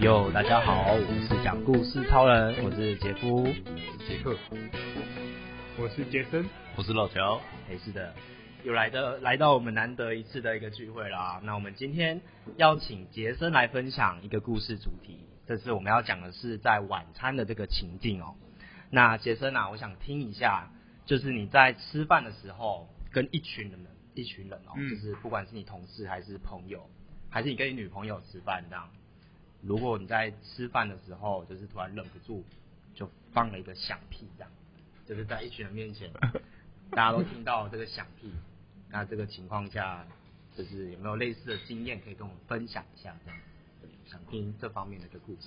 哟，大家好，我们是讲故事超人，我是杰夫，杰克，我是杰森，我是老乔。没事哎的，又来的来到我们难得一次的一个聚会啦。那我们今天要请杰森来分享一个故事主题，这次我们要讲的是在晚餐的这个情境哦。那杰森啊，我想听一下，就是你在吃饭的时候，跟一群人，一群人哦，嗯就是不管是你同事还是朋友，还是你跟你女朋友吃饭这样，如果你在吃饭的时候，就是突然忍不住就放了一个响屁这样，就是在一群人面前， 大家都听到这个响 屁，那这个情况下，就是有没有类似的经验可以跟我们分享一下这样？想听这方面的一个故事。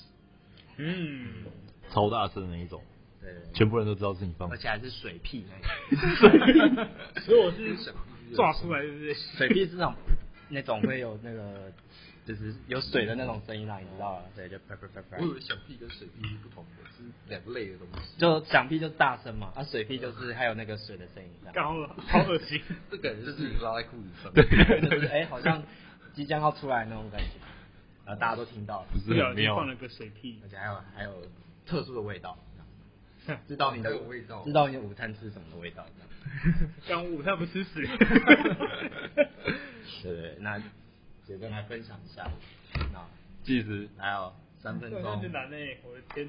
嗯，超大声的那一 种，对对对全部人都知道是你放而的。且还是水屁那种 所以我是抓出来，对不对？ 水屁是那种那种会有那个就是有水的那种声音啦，你知道吗？对，就啪啪啪啪我。以为响屁跟水屁是不同的，是两类的东西。就响屁就是大声嘛，啊水屁就是还有那个水的声音，这 样刚好好恶心，这感觉就是拉在裤子上。就是哎、 好像即将要出来那种感觉，然后大家都听到了，不是啊很心妙放了个水屁而，且还有还有特殊的味道，这样知道你的有嗯味道知道你的午餐吃什么的味道，这样。刚午他不吃屎。 对对，那杰哥来分享一下，那其实还有三分那就钟，难哎，我的天，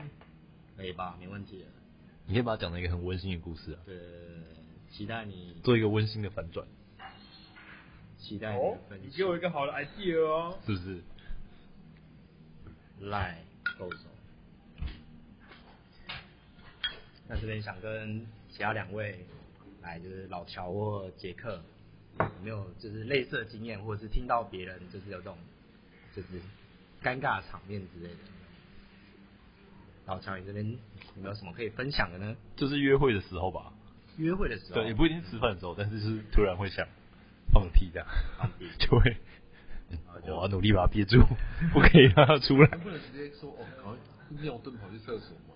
可以吧？没问题的。你可以把它讲成一个很温馨的故事啊，对，期待你，做一个温馨的反转，期待你哦的，分享。你给我一个好的 idea 哦。是不是？赖勾手。那这边想跟其他两位，来就是老乔或杰克，有没有就是类似的经验，或者是听到别人就是有这种就是尴尬的场面之类的？老乔，你这边有没有什么可以分享的呢？就是约会的时候吧，约会的时候，啊对，也不一定是啊吃饭的时候，但是就是突然会想放屁啊这样放屁，就会嗯然后就我要努力把它 憋住，不可以让它出来你。不能直接说哦，赶快尿遁跑去厕所吗？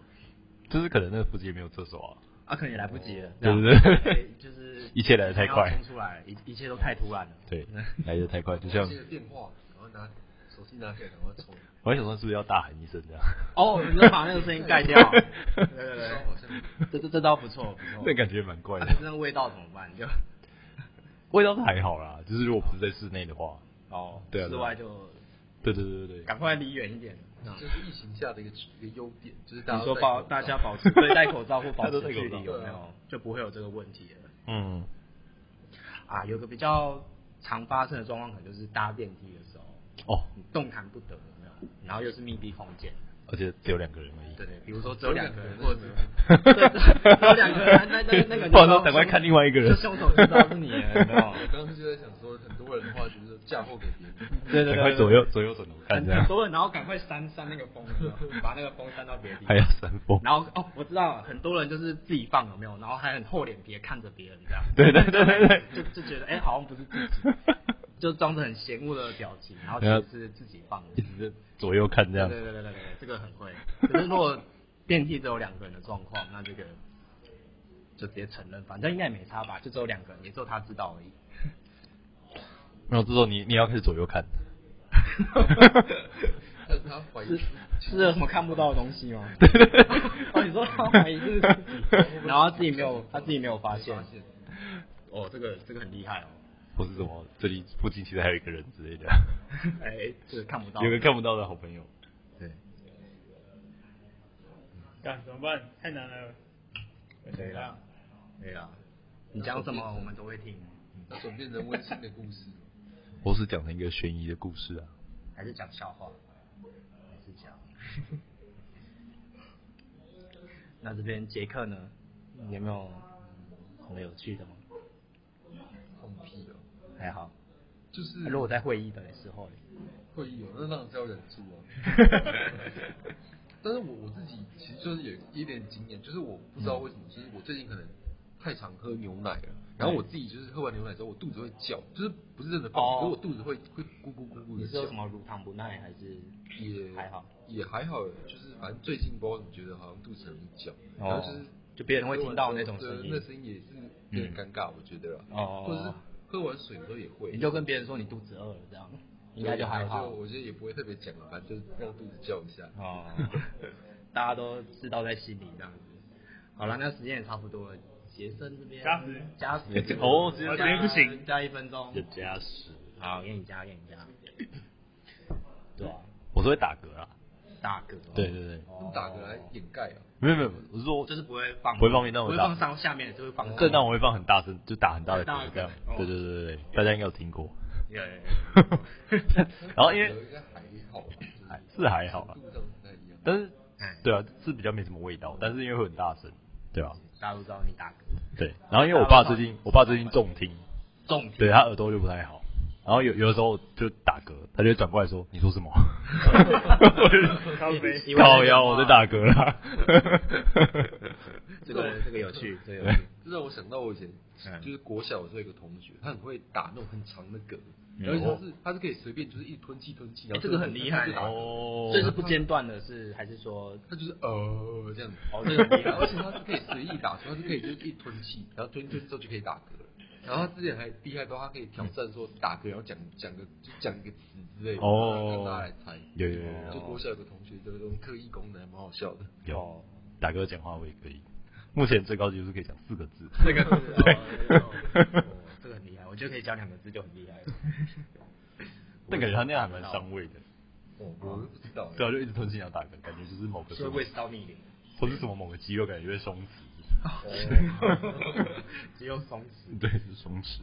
就是可能那附近也没有厕所啊，啊，可能也来不及了，对这样对对对就是 一切来得太快想要冲出来，一一切都太突然了。 对，来的太快，就 像接个电话，然后拿手机拿起来，赶快冲。我还想说是不是要大喊一声这样， 哦，你能把那个声音盖掉？对对这招对好，像这这这招不错不错那。感觉蛮怪啊的那。那味道怎么办？就味道是还好啦，就是如果不是在室内的话，哦，对啊室对啊外就对对对对对，赶快离远一点。嗯就是疫情下的一个一个优点，就是大家你说都戴保口罩大家保持嗯对戴口罩 或保大家持都戴口罩距离有没对有啊就不会有这个问题了嗯，啊？有个比较常发生的状况，可能就是搭电梯的时候，哦，你动弹不得，有没有？然后又是密闭空间，而且只有两个人而已。对对，比如说只有两个人，或者 对对只有两个人，那那那个就知不道然说赶快看另外一个人，就凶手知道是你了，你知道吗？我刚刚就在想说，很多人的话就是嫁祸给别人，对对对，赶快左右左右手头看很这样很，多人，然后赶快扇扇那个风，有没有把那个风扇到别的地还要方。三风。然后哦，我知道了很多人就是自己放有没有，然后还很厚脸皮地看着别人这样，对对对对对，就就觉得哎、好像不是自己，就装着很嫌恶的表情，然后其啊实是自己放一的。直左右看这对样，对对对对对，这个很会。可是如果电梯只有两个人的状况，那这个就直接承认，反正应该也没差吧，就只有两个人，也只有他知道而已。然后这时候你你要开始左右看， 但 是他怀疑是是有什么看不到的东 西吗？对对对哦，你说他怀疑是自 己，然后他自己没有，他自己没有发现发。现哦，这个这个很厉 害哦。或是什么这里附近其实还有一个人之类 的，哎，这个看不到。有个看不到的好朋友，对，干怎么办？太难了。可以啦，可以啦。啊你讲什么我们都会听，那转变成温馨的故事，或是讲成一个悬疑的故事啊。还是讲笑话，还是讲。 那这边杰克呢？你有没有什么有趣的吗？放屁哦，还好。就是如果在会议的时候嘞，会有，那当然是要忍住啊。 但是我我自己其实就是有一点经验，就是我不知道为什么，嗯就是我最近可能太常喝牛奶了，然后我自己就是喝完牛奶之后，我肚子会叫，就是不是真的哦爆，可是我肚子会会咕咕咕咕你的是有什叫。么乳糖不耐还是？也还好，也还好，就是反正最近不知道怎么觉得好像肚子很容易叫，然后就是就别人会听到那种声对音那。声音也是有点尴尬，我觉得啦。哦或者是喝完水的时候也会，你就跟别人说你肚子饿了这样，应该就还好就。我觉得也不会特别讲了，反正就是让肚子叫一下。哦， 大家都知道在心里这样子。好了，那时间也差不多了，杰森这边加时加时哦时间时间不行加一分钟就。加十，好，给你加，给你加。对啊，我都会打嗝啊。大哥。对对对哦用打嗝来掩盖啊，没有没有，我是说就是不会放，不会放音但我不会打放上下面，只会放震荡我会放很大声，就打很大的很大的嗝这样嗝。哦对对对对对，大家应该有 听过。有有 有然后因为打嗝应该还好吧，还是还好啦啊肚子上不太一样。但是哎，对啊，是比较没什么味道，但是因为会很大声，对啊，大陆知道你大哥对。然后因为我爸最近，我爸最近重听，重点对啊他耳朵就不太好，然后有有的时候就打嗝，他就会转过来说：“你说什么？” 高飞你靠腰，我在打嗝啦。这个这个有趣，这个有趣。这让我想到我以前嗯就是国小的时候有一个同学，他很会打那种很长的嗝，嗯而且他是他是可以随便就是一吞气吞气，然哎后这个很厉害就打嗝哦这是不间断的是，还是说他就是呃这样子，哦这个很厉害而且他是可以随意打出，他是可以就是一吞气，然后吞吞之后就可以打嗝了。然后他之前还厉害到他可以挑战说打嗝，然后讲讲个就讲一个词之类的，哦让大家来猜。有有有就有国小有个同学这种特异功能还蛮好笑的， 有， 打嗝讲话我也可以。目前最高级就是可以讲四个字。这个是对哦哦 这个很厉害，我觉得可以讲两个字就很厉害了。但感觉他那样还蛮伤胃的，哦，我都不知道。对啊，就一直吞信仰打嗝，感觉就是某个是会烧逆鳞，或是什么某个肌肉感觉会松弛，哦只有松弛。对，是松弛，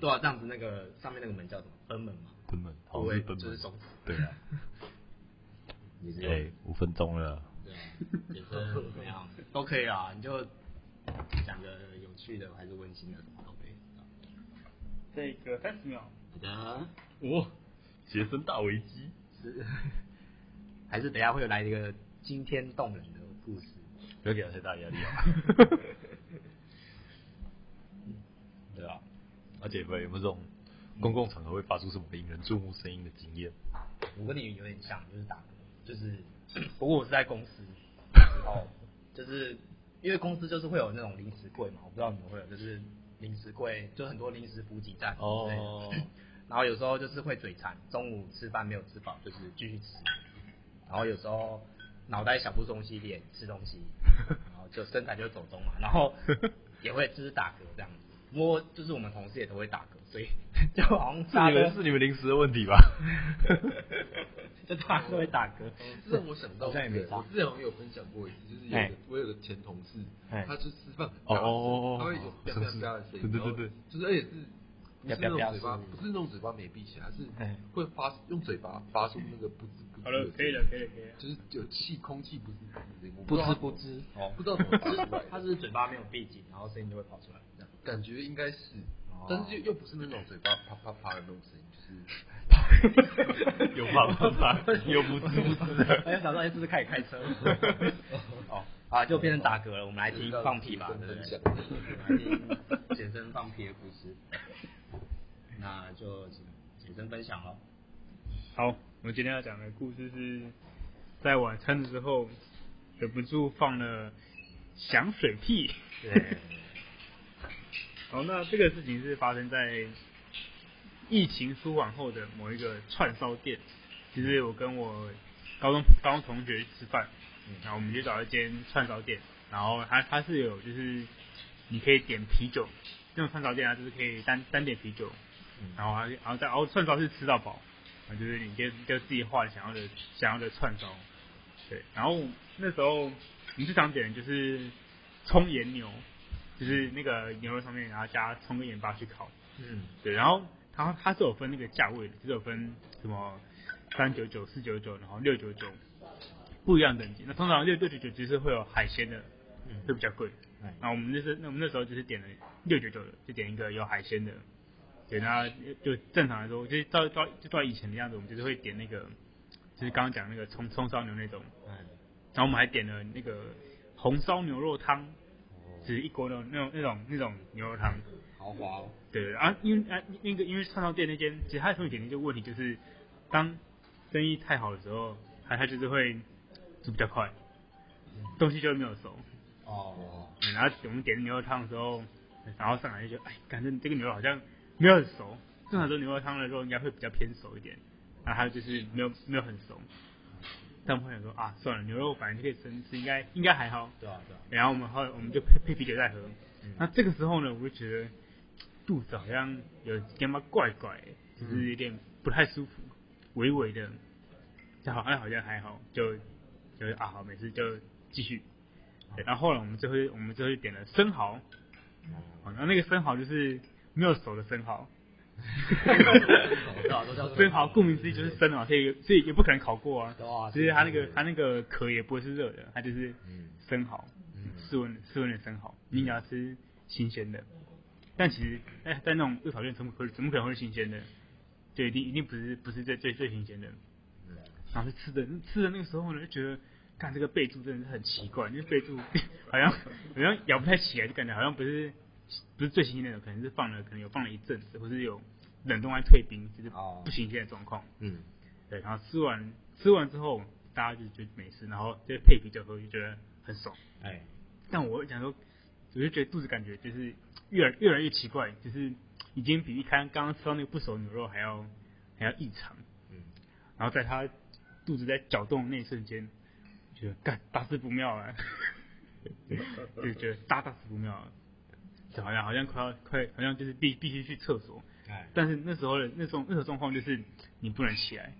对啊，这样子那个上面那个门叫什么？贲门吗？贲门，哦 好像是贲门，就是松弛。对啊，你是有哎，五分钟了，对啊，也 是怎么样都可以啊，你就讲个有趣的还是温馨的什么都可以。这个三十秒，好啊的，哦，杰森大危机，是还是等一下会来一个惊天动人的故事。不要给他太大压力啊， 对啊，而且有没有这种公共场合会发出什么引人注目声音的经验？我跟你有点像，就是打嗝，就是 不过我是在公司，哦，就是因为公司就是会有那种零食柜嘛，我不知道你们会有，就是零食柜就很多零食补给站之类的哦，然后有时候就是会嘴馋，中午吃饭没有吃饱，就是继续吃，然后有时候脑袋想不出东西，脸吃东西，然后就身材就走中嘛，然后也会就是打嗝这样子。不过就是我们同事也都会打嗝，所以就好像是大你家都们是你们临时的问题吧？ 就大家都会打嗝。这让我想到，好像也没对差我之前好像有分享过一次，就是有一哎个我有个前同事，哎他就吃饭很大哦哦声，哦哦他会有啪啪啪的声音，对对对然后对就是而且是不是那啪啪啪种嘴巴是，不是那种嘴巴没闭起来，是哎会发用嘴巴发出那个不知不知好的声了，音可以了，可以了，可以了。就是有气空气不知不知的声音，我不知知道不知，哦不知道怎么发出来的他是嘴巴没有闭紧，然后声音就会跑出来，这样。感觉应该是哦，但是又又不是那种嘴巴啪啪啪的那种声 音，就是 有怕怕怕，有不知不知的。我就想说，哎，是不是开始开 车？哦，啊，就变成打嗝了。我们来听放屁 吧，对不对？我们来听简生放屁的故事。那就请简生分享喽。好，我们今天要讲的故事是在晚餐的时候忍不住放了响水屁。对，好，那这个事情是发生在疫情舒缓后的某一个串烧店。其实我跟我高中高中同学去吃饭，然后我们就找一间串烧店，然后它它是有就是你可以点啤酒，那种串烧店啊，就是可以单单点啤酒，然后还然后再然后串烧是吃到饱，啊就是你就就自己画想要的想要的串烧，对，然后那时候我们最常点的就是葱盐牛，就是那个牛肉上面然后加葱跟盐巴去烤，嗯，对，然后它它是有分那个价位的，就是有分什么三九九、四九九，然后六九九，不一样等级。那通常六六九九就是会有海鲜的，嗯会比较贵。哎那我们那时候那我们那时候就是点了六九九的，就点一个有海鲜的。对，那就正常来说，就是照照就照以前的样子，我们就是会点那个，就是刚刚讲那个葱葱烧牛那种。哎，然后我们还点了那个红烧牛肉汤，就是一锅那种那种那种那种牛肉汤。豪华哦。对啊，因为啊那个因为串烧店那间，其实它从以前那个问题就是，当生意太好的时候，它它就是会煮比较快，东西就会没有熟。哦，嗯然后我们点牛肉汤的时候，然后上来就觉得，哎，感觉这个牛肉好像没有很熟，正常说牛肉汤的肉应该会比较偏熟一点，然后还有就是没有没有很熟，但我朋友说啊，算了，牛肉反正就可以生吃，应该应该还好。对啊 对啊，然后我们后来我们就配配啤酒再喝。嗯那这个时候呢，我就觉得肚子好像有点嘛怪怪的，就是有点不太舒服，微微的。但好像好像还好，就就啊好，没事就继续。哦对然后后来我们最后我们最后就点了生蚝，好然后那个生蚝就是没有熟的生蚝。知道哦啊都叫生蚝生蚝顾名思义就是生的嘛，所以所以也不可能烤过啊对啊。其实它那对个对对它那个壳也不会是热的，它就是嗯生蚝嗯，室温室温的生蚝，你也要吃新鲜的。但其实哎，在那种热炒店怎么可怎么可能会是新鲜的？就一定一定不是不是最最最新鲜的。然后就吃的吃的那个时候呢，就觉得看这个备注真的是很奇怪，因为备注 好像好像咬不太起来，就感觉好像不是不是最新鲜的，可能是放了可能有放了一阵子，或是有冷冻还退冰，就是哦不新鲜的状况。嗯，对，然后吃完吃完之后，大家就觉得没事，然后再配啤酒喝，就觉得很爽。哎，但我想说，我就觉得肚子感觉就是越来越来越奇怪，就是已经比一开刚刚吃到那个不熟牛肉还要还要异常。嗯，然后在他肚子在搅动的那一瞬间，觉得干大事不妙 了，就觉得大大事不妙了，就好像好像快要快好像就是必必须去厕所，哎，但是那时候的那种那种状况就是你不能起来，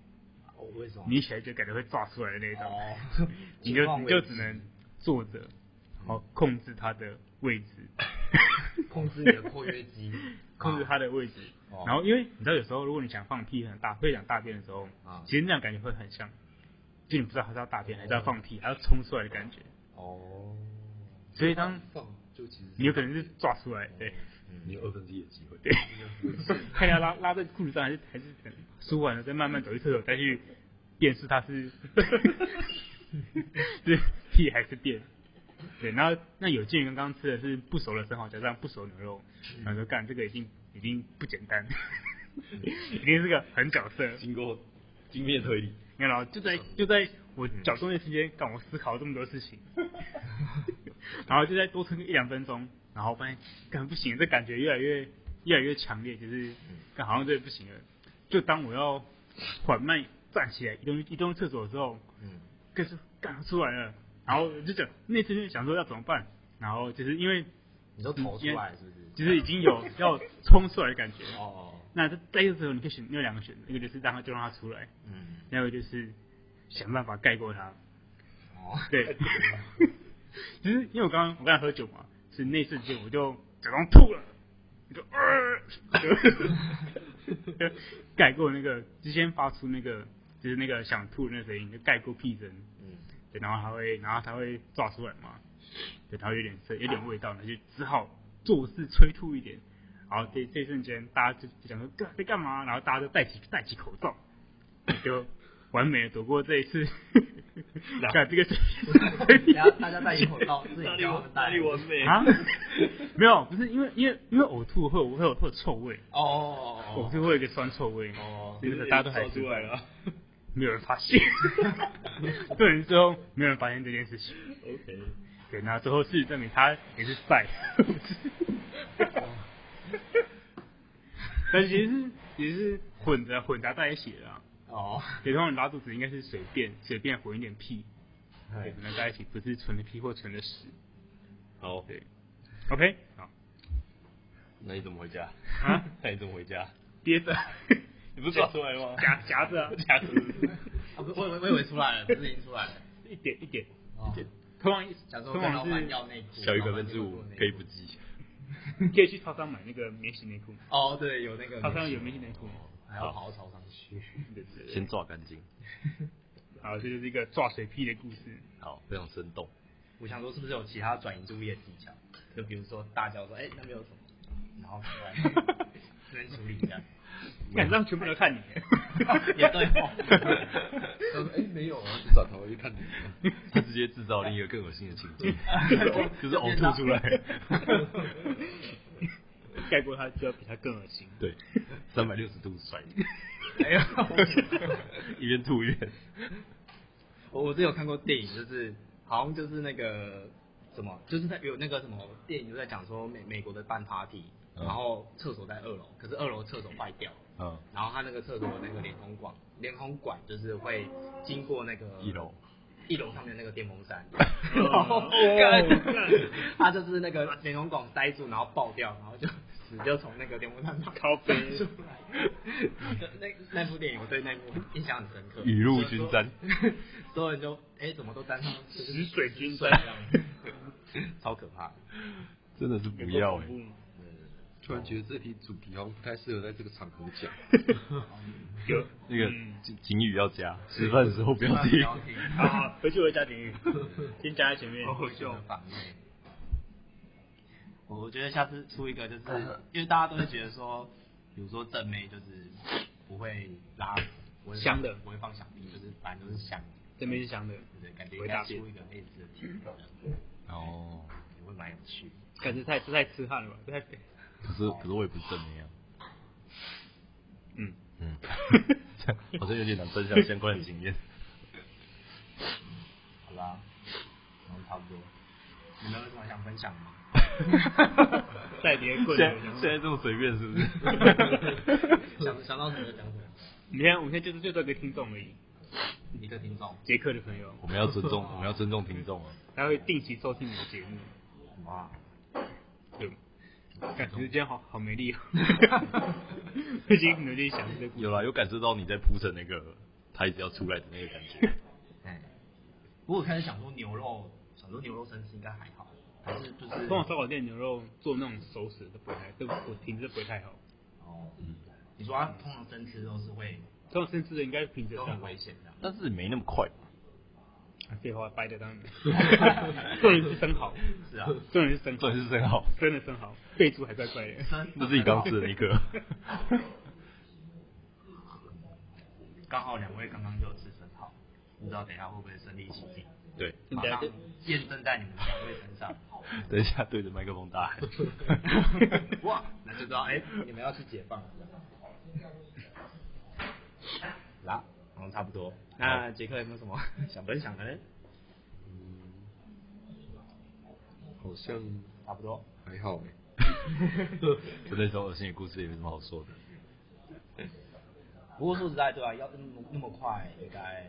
我哦为什么？你一起来就感觉会炸出来的那一种，哎哦你情就况你危就机只能坐着，然后控制它的位置。，嗯 控制你的括约肌 控制它的位置。哦然后因为你知道，有时候如果你想放屁很大，会想大便的时候，啊其实那样感觉会很像，就你不知道它是要大便还是要嗯放屁，还要冲出来的感觉。哦，所以当放就其实你有可能是抓出来，对你有二分之一的机会。对， 看一下拉拉在裤子上还是还是等梳完了再慢慢走去厕所再去辨识它是 是屁还是便。对，然后那有鉴于刚刚吃的是不熟的生蚝，加上不熟牛肉，然后说干这个已经已经不简单， 已经是个狠角色。经过精密的推理，你看到就在就在我脚中的时间，干我思考了这么多事情，然后就在多撑个一两分钟，然后发现干不行，这感觉越来越越来越强烈，就是干好像这不行了。就当我要缓慢站起来移动移动厕所的时候，嗯，更是干出来了，然后就讲那次就想说要怎么办，然后就是因为你都投出来是不是？就是已经有要冲出来的感觉，哦，那在这个时候你可以选你有两个选择，一个就是让它就让它出来，嗯，还有就是想办法盖过它。哦， 对，就是因为我刚刚我刚才喝酒嘛，是那瞬间我就假装吐了，我就呃，就 盖过那个之前发出那个就是那个想吐的那个声音，就盖过屁声，嗯，对，然后它会然后它会抓出来嘛，对，它会有点涩有点味道，那就只好做事催吐一点。然后这这一瞬间，大家就就想说干在干嘛？然后大家都戴起戴起口罩，就完美的躲过这一次。 干这个是 大家大家戴一口 罩，自己不要戴。美啊？没有，不是因为因为因为呕吐会有会有会有臭味，哦呕吐会有一个酸臭味，哦这个大家都还笑是出来了。没有人发现，哦 对，最后没有人发现这件事情。 OK，对，那最后事实证明他也是 晒，哦但其实是也是混着混杂在一起的啊。哦，给通常拉肚子应该是随便随便混一点屁，对，哎混杂在一起，不是纯的屁或纯的屎。好，对，OK，好，那你怎么回家？啊， 那你怎么回家？憋着， 你不是抓出来了吗？夹夹着啊， 夹着啊不我以为我以为出来了，不是已经出来了。一点一点，哦，通常想说通跟老常板是要内裤，小于老百板分之就五做内裤可以不计。你可以去超商买那个免洗内裤，哦，对，有那个超商有免洗内裤，还要跑到操场去。对对对哦先抓干净。好，这就是一个抓水屁的故事。好，非常生 动。我想说是不是有其他转移注意力的技巧？就比如说大叫说，哎、那边有什么，然后出 来这边处理一下。 敢让全部都看你，也对哦他说哎没有啊，就找他会看你。他直接制造另一个更恶心的情 境， 就是呕吐出来。 盖过它就要比它更恶心。对，三百六十度甩，哎呦，一边吐一边。我我之前有看过电影，就是好像就是那个什么，就是在有那个什么电影就在讲说美美国的办 party，嗯然后厕所在二楼，可是二楼厕所坏掉了， 嗯，然后他那个厕所的那个连通管，连通管就是会经过那个一楼，一楼上面那个电风扇，哦然后哦干干 他就是那个连通管塞住，然后爆掉，然后就死就从那个电风扇上靠背飞出来。 那那部电影我对那部印象很深刻，雨露均沾， 所有人就哎、怎么都沾上 食水均沾沾，超可怕的。真的是不要哎、欸突然觉得这题主题好像不太适合在这个场合讲。 有那个嗯警警语要加，吃饭的时候不要听。好好，回去我会加警 语，先加在前面。我回去我反胃。我我觉得下次出一个，就是 因为大家都会觉得说，比如说正妹就是不会拉不会放香的不会放香槟，就是反正都是香的，这边是香的，对不对？感觉应回答该是出一个类似的题目，这样 哦，也会蛮有趣的。感觉太这太痴汉了吧，这太肥。可是可是我也不是正 面啊。嗯，嗯， 这样好像有点难分享相关的经 验。好啦，然后差不多。你们有什么想分享的吗？ 再别棍现了在我想现说在这么随便是不是？ 想想到什么就讲什么。你看，我们现在就是最多一个听众而已，一个听众，杰克的朋友，我们要尊重，我们要尊重听众啊。他会定期收听你的节目，哇，对吧。感觉今天好好没 力哦，已经努力想这个故事有啦，有感受到你在铺陈那个台子要出来的那个感觉。哎，不过我开始想说牛肉，想说牛肉生吃应该还好，还是就是通常烧烤店牛肉做那种熟食都不太，都我品质不太好。哦，嗯你说它通常生吃都是会这种生吃的应该是品质都上很好危。险 的，但是没那么快吧，啊废话，白的当然没。重点是生蚝，是啊，重点是生蚝重，点是生蚝，真的生蚝，被煮还怪怪的。啊那是你刚吃的 那个。刚好两位刚刚就有吃生蚝，不知道等一下会不会身临其 境，对，马上验证在你们两位身 上。等一下对着麦克风大喊。 哇，那就知道哎、你们要去解 放了。啦，嗯，差不多。那杰克有没有什么想分享的呢？好像差不 多。还好哎、就那种恶心的故事也没什么好说的。不过说实在，对啊，要那么那么快，应该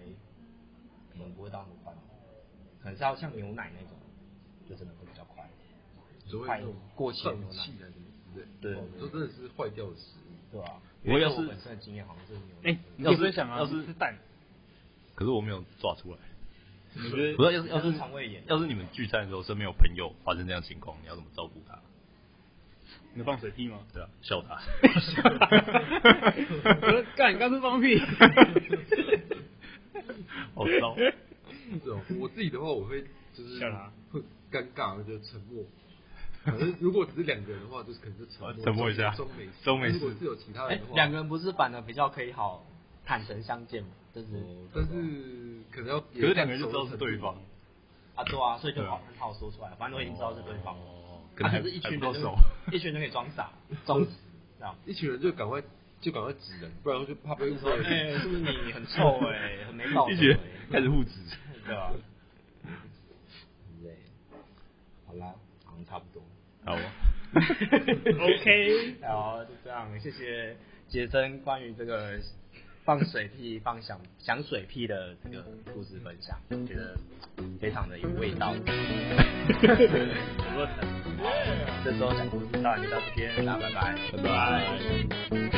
可能不会到那么快，可能是要像牛奶那种，就真的会比较快。所谓那种过期的牛奶胀气啊什么之类的，对哦都真的是坏掉的食物。对啊，不过要是因为我本身的经验好像是牛奶，哎，你要是可以想啊，要是吃蛋，可是我没有抓出来。你觉得不知道要是要就是是肠胃炎要是你们聚餐的时候身边有朋友发生这样的情况，你要怎么照顾他？你放水屁吗？ 对啊，笑他。我说干，你刚是放屁。好骚。是哦，我自己的话，我会就是笑啦会尴尬，就沉默。反正如果只是两个人的话，就是可能就沉默，哦沉默一下装没装没事如果是有其他哎人的，话，两个人不是反而比较可以好坦诚相见嘛？就是哦，但是可能要可可是两个人就知道是对方，啊，对啊，所以就好对啊很好说出来，反正都已经知道是对方了。哦可他能还啊只是一群还人不够就熟。 一群人可以装傻、装死，这样。一群人就赶快就赶快指人，不然就怕被误就说会。哎、是不是你很臭哎、很没道德、一哎群人开始互指。对啊，对，好啦，好像差不多。好啊， OK， 好，就这样，谢谢杰森关于这个放水屁、放响响水屁的这个故事分享，觉得非常的有味道。 我说这周讲故事当然就到这边，大家拜拜。 拜拜。